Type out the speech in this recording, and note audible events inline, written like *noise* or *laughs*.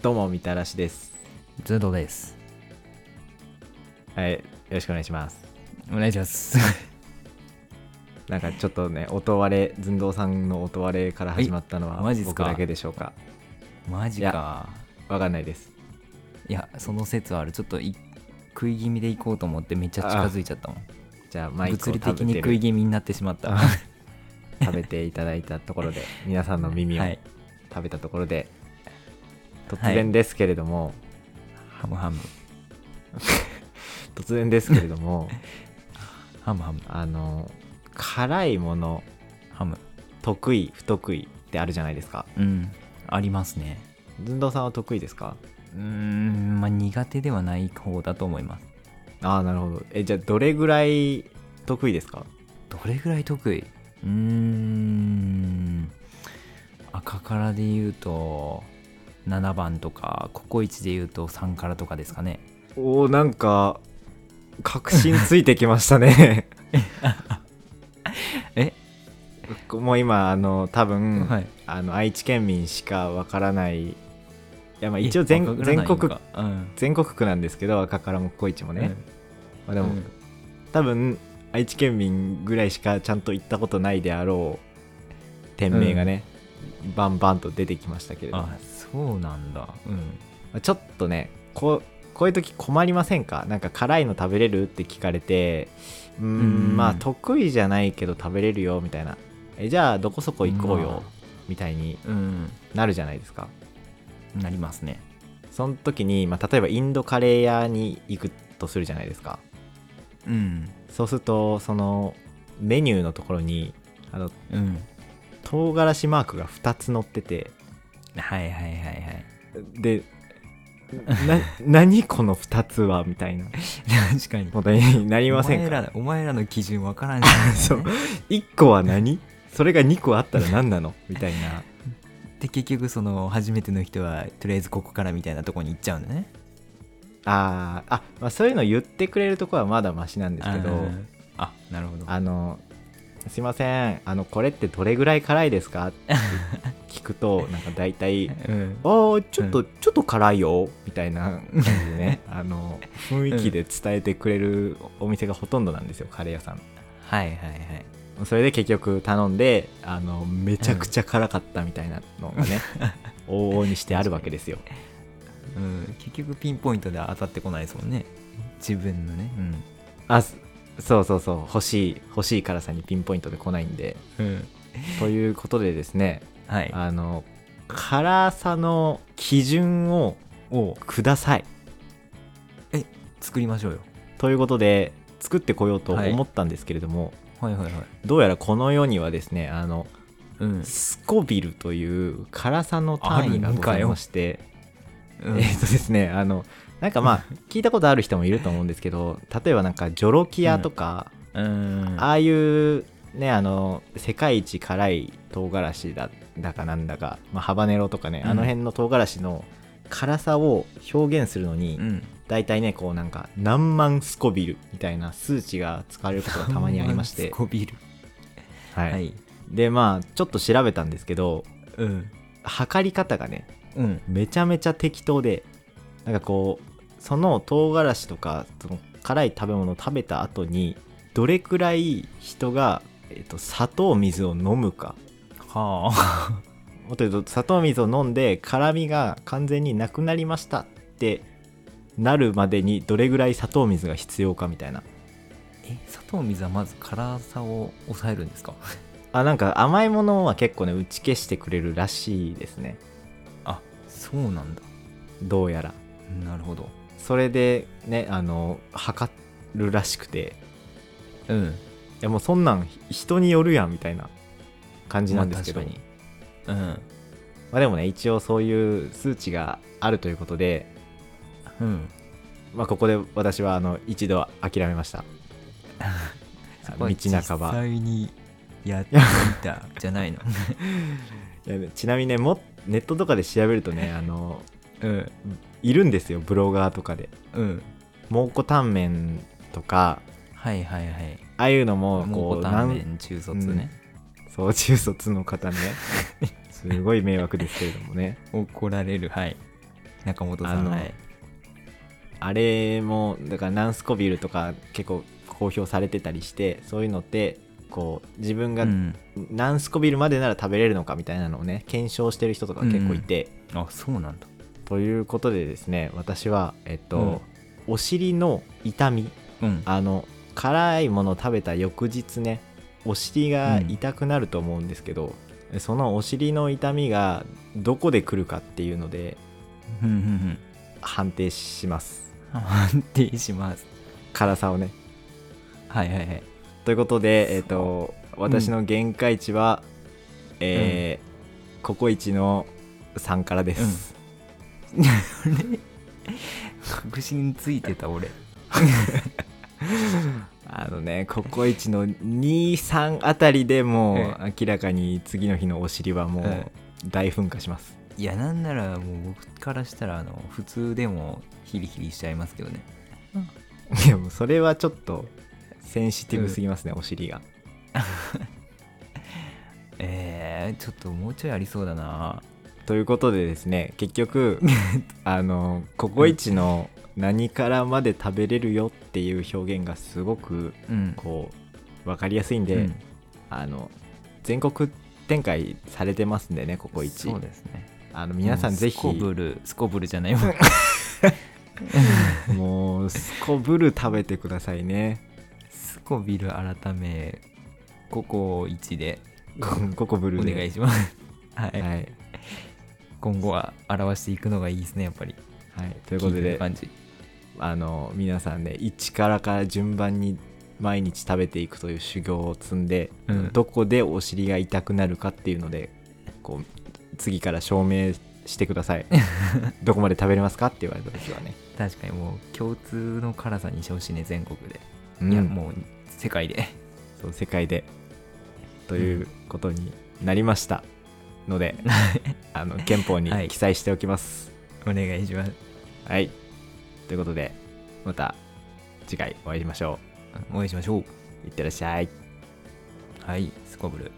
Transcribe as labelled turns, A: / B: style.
A: どうもみたらしです
B: ズドです。
A: はいよろしくお願いします
B: お願いします。
A: なんかちょっとね音割れ寸胴さんの音割れから始まったのは
B: えマジっす
A: 僕
B: か
A: だけでしょうか
B: *laughs* マジか。
A: わかんないです
B: いや、その説はある。ちょっとい食い気味で行こうと思ってめっちゃ近づいちゃったもん。
A: じゃあマイク
B: 物
A: を
B: 理
A: 食
B: 的に
A: べて
B: 食い
A: る
B: 気味になってしまった。
A: あ
B: は
A: 食べていただいたところで皆さんの耳を
B: い。
A: 食べたところで、突然ですけれども、
B: ハムハム。
A: 突然ですけれど
B: *laughs*
A: も
B: ハムハム。
A: あの辛いもの
B: ハム。
A: 得意不得意ってあるじゃないですか
B: うん。ありますね。
A: 寸胴さんは得意ですか
B: うーん、まあ苦手ではない方だと思います。
A: ああなるほどえじゃあどれぐらい得意ですか
B: どれぐらい得意うーん。赤からで言うと、7番とか、ココイチで言うと3からとかですかね。
A: おーなんか確信ついてきましたね
B: *laughs* え
A: もう今あの多分、
B: はい。
A: あの愛知県民しかわからないいやまあ一応全全国
B: うん
A: 全国区なんですけど赤からもコイチもね、
B: う
A: ま
B: ん
A: あ、でも、
B: うん
A: 多分愛知県民ぐらいしかちゃんと行ったことないであろう店名がね、バンバンと出てきましたけれども
B: あそうなんだうん
A: まあちょっとねこうこういう時困りませんかなんか辛いの食べれるって聞かれてうーん
B: うん
A: まあ得意じゃないけど食べれるよみたいなえじゃあどこそこ行こうよ
B: ま
A: みたいに
B: あうん
A: なるじゃないですか
B: なりますね
A: その時に、まあ、例えばインドカレー屋に行くとするじゃないですか
B: うん
A: そうするとそのメニューのところにあの
B: うん
A: 唐辛子マークが2つ載ってて
B: はいはいはいはい
A: でな *laughs* 何この2つはみたいな
B: 確かに
A: ことになりませ
B: お
A: ん
B: 前
A: から
B: お前らの基準わ *laughs* からんじゃん
A: そう1個は何それが2個あったら何なのみたいな
B: で結局その初めての人はとりあえずここからみたいなとこに行っちゃうんだね
A: *laughs* あーあ、まあ、そういうの言ってくれるとこはまだマシなんですけ
B: あ
A: ど
B: ーあなるほど
A: あの「すいませんあのこれってどれぐらい辛いですか?」って聞く *laughs* となんか大体「
B: うん
A: あーちょっと、
B: う
A: ちょっと辛いよ」みたいな感じでねあの雰囲気で伝えてくれるお店がほとんどなんですよカレー屋さん
B: はいはいはい
A: それで結局頼んであのめちゃくちゃ辛かったみたいなのが *laughs* ね、往々にしてあるわけですよ
B: うん結局ピンポイントで当たってこないですもんね自分のね
A: あそそうそうそう欲しい欲しい辛さにピンポイントで来ないんで
B: うんうん
A: ということでですね
B: はい
A: あの辛さの基準を
B: お
A: ください
B: 作りましょうよ
A: ということで作ってこようと思ったんですけれども、
B: はいはいはい
A: どうやらこの世にはですねあの
B: うん
A: スコビルという辛さの単位がございまして
B: *laughs* うん
A: えっ、とですねあのなんか
B: *laughs*
A: まあ聞いたことある人もいると思うんですけど例えばなんかジョロキアとか、
B: うん
A: ああいうねあの世界一辛い唐辛子だだかなんだか、まあ、ハバネロとかね、
B: うん
A: あの辺の唐辛子の辛さを表現するのに、
B: うん
A: 大体ねこうなんか何万スコビルみたいな数値が使われることがたまにありまして
B: こびる。
A: はい
B: はい。
A: でまあちょっと調べたんですけど
B: うん。
A: 測り方がね
B: うん。
A: めちゃめちゃ適当でなんかこうその唐辛子とかその辛い食べ物を食べた後にどれくらい人が、えっと砂糖水を飲むか
B: はあ。
A: もっと言うと砂糖水を飲んで辛みが完全になくなりましたってなるまでにどれぐらい砂糖水が必要かみたいな
B: え、砂糖水はまず辛さを抑えるんですか
A: あなんか甘いものは結構ね打ち消してくれるらしいですね
B: あ、そうなんだ。
A: どうやら
B: なるほど。
A: それでねあの測るらしくて
B: うん。
A: いやもうそんなん人によるやんみたいな感じなんですけど、
B: ま
A: ま
B: あ
A: あ
B: 確かに。うん。
A: でもね一応そういう数値があるということで、
B: うん。
A: まあ、ここで私はあの一度諦めま
B: *laughs*
A: したあ道半
B: 実
A: ば
B: 際にやってみたじゃないの。
A: いやねちなみにねもネットとかで調べると
B: *laughs*
A: ねあの
B: うん。
A: いるんですよブロガーとかで
B: うん。
A: 蒙古タンメンとか
B: はいはいはい。
A: ああいうのも
B: 蒙
A: こ
B: 古
A: う
B: タン
A: なん
B: メン中卒ね。
A: そう中
B: *laughs*
A: 卒の方ねすごい迷惑ですけれどもね
B: 怒られる。はい。中本さ
A: あ
B: ん
A: の
B: はい
A: あれもだからナンスコビルとか結構公表されてたりしてそういうのってこう自分
B: う
A: が
B: ん、
A: ナンスコビルまでなら食べれるのかみたいなのをね検証してる人とか結構いて、
B: あそうなんだ
A: ということでですね私はえっと、
B: うん
A: お尻の痛み
B: うん
A: あの辛いものを食べた翌日ねお尻が痛くなると思うんですけど、そのお尻の痛みがどこで来るかっていうので
B: うんうんうん
A: 判定します
B: 判定します
A: 辛さをね
B: はいはいはい
A: ということで、えっ
B: そう
A: と私の限界値は、えーココイチの3からです、
B: 確信ついてた俺
A: あのねココイチの23あたりでもう明らかに次の日のお尻はも
B: うん
A: う大噴火します、 *laughs*
B: いやなんならもう僕からしたらあの普通でもヒリヒリしちゃいますけどね
A: いやもうそれはちょっとセンシティブすぎますね、お尻が
B: えー、ちょっともうちょいありそうだな
A: ということでですね結
B: *laughs*
A: 局あのココイチの何からまで食べれるよっていう表現がすごく
B: うん
A: こう分かりやすいんで、
B: うん
A: あの全国展開されてますんでねココイチ
B: そうですね
A: あの皆さんぜひ
B: スコブルスコブルじゃないわ
A: もうすこぶる食べてくださいね
B: スコビル改めココ1で
A: ココブ
B: お
A: ルで
B: 願いします、はい、
A: はい、
B: 今後は表していくのがいいですねやっぱり
A: はい、ということ
B: 聞て
A: で
B: る感じ
A: あの皆さんね1からから順番に毎日食べていくという修行を積んで、
B: うん
A: どこでお尻が痛くなるかっていうのでこう次から証明してくだ *laughs* さいどこまで食べれますかって言われた時はね、
B: 確かにもう共通の辛さにしてほしいね全国で、
A: うん
B: いやもう世界で
A: そう世界でということになりましたのであの憲法に
B: *laughs* はい
A: 記載しておきます
B: お願いします
A: はい、ということでまた次回お会いしましょ
B: お会いしましょう
A: ういってらっしゃい
B: はいスコブル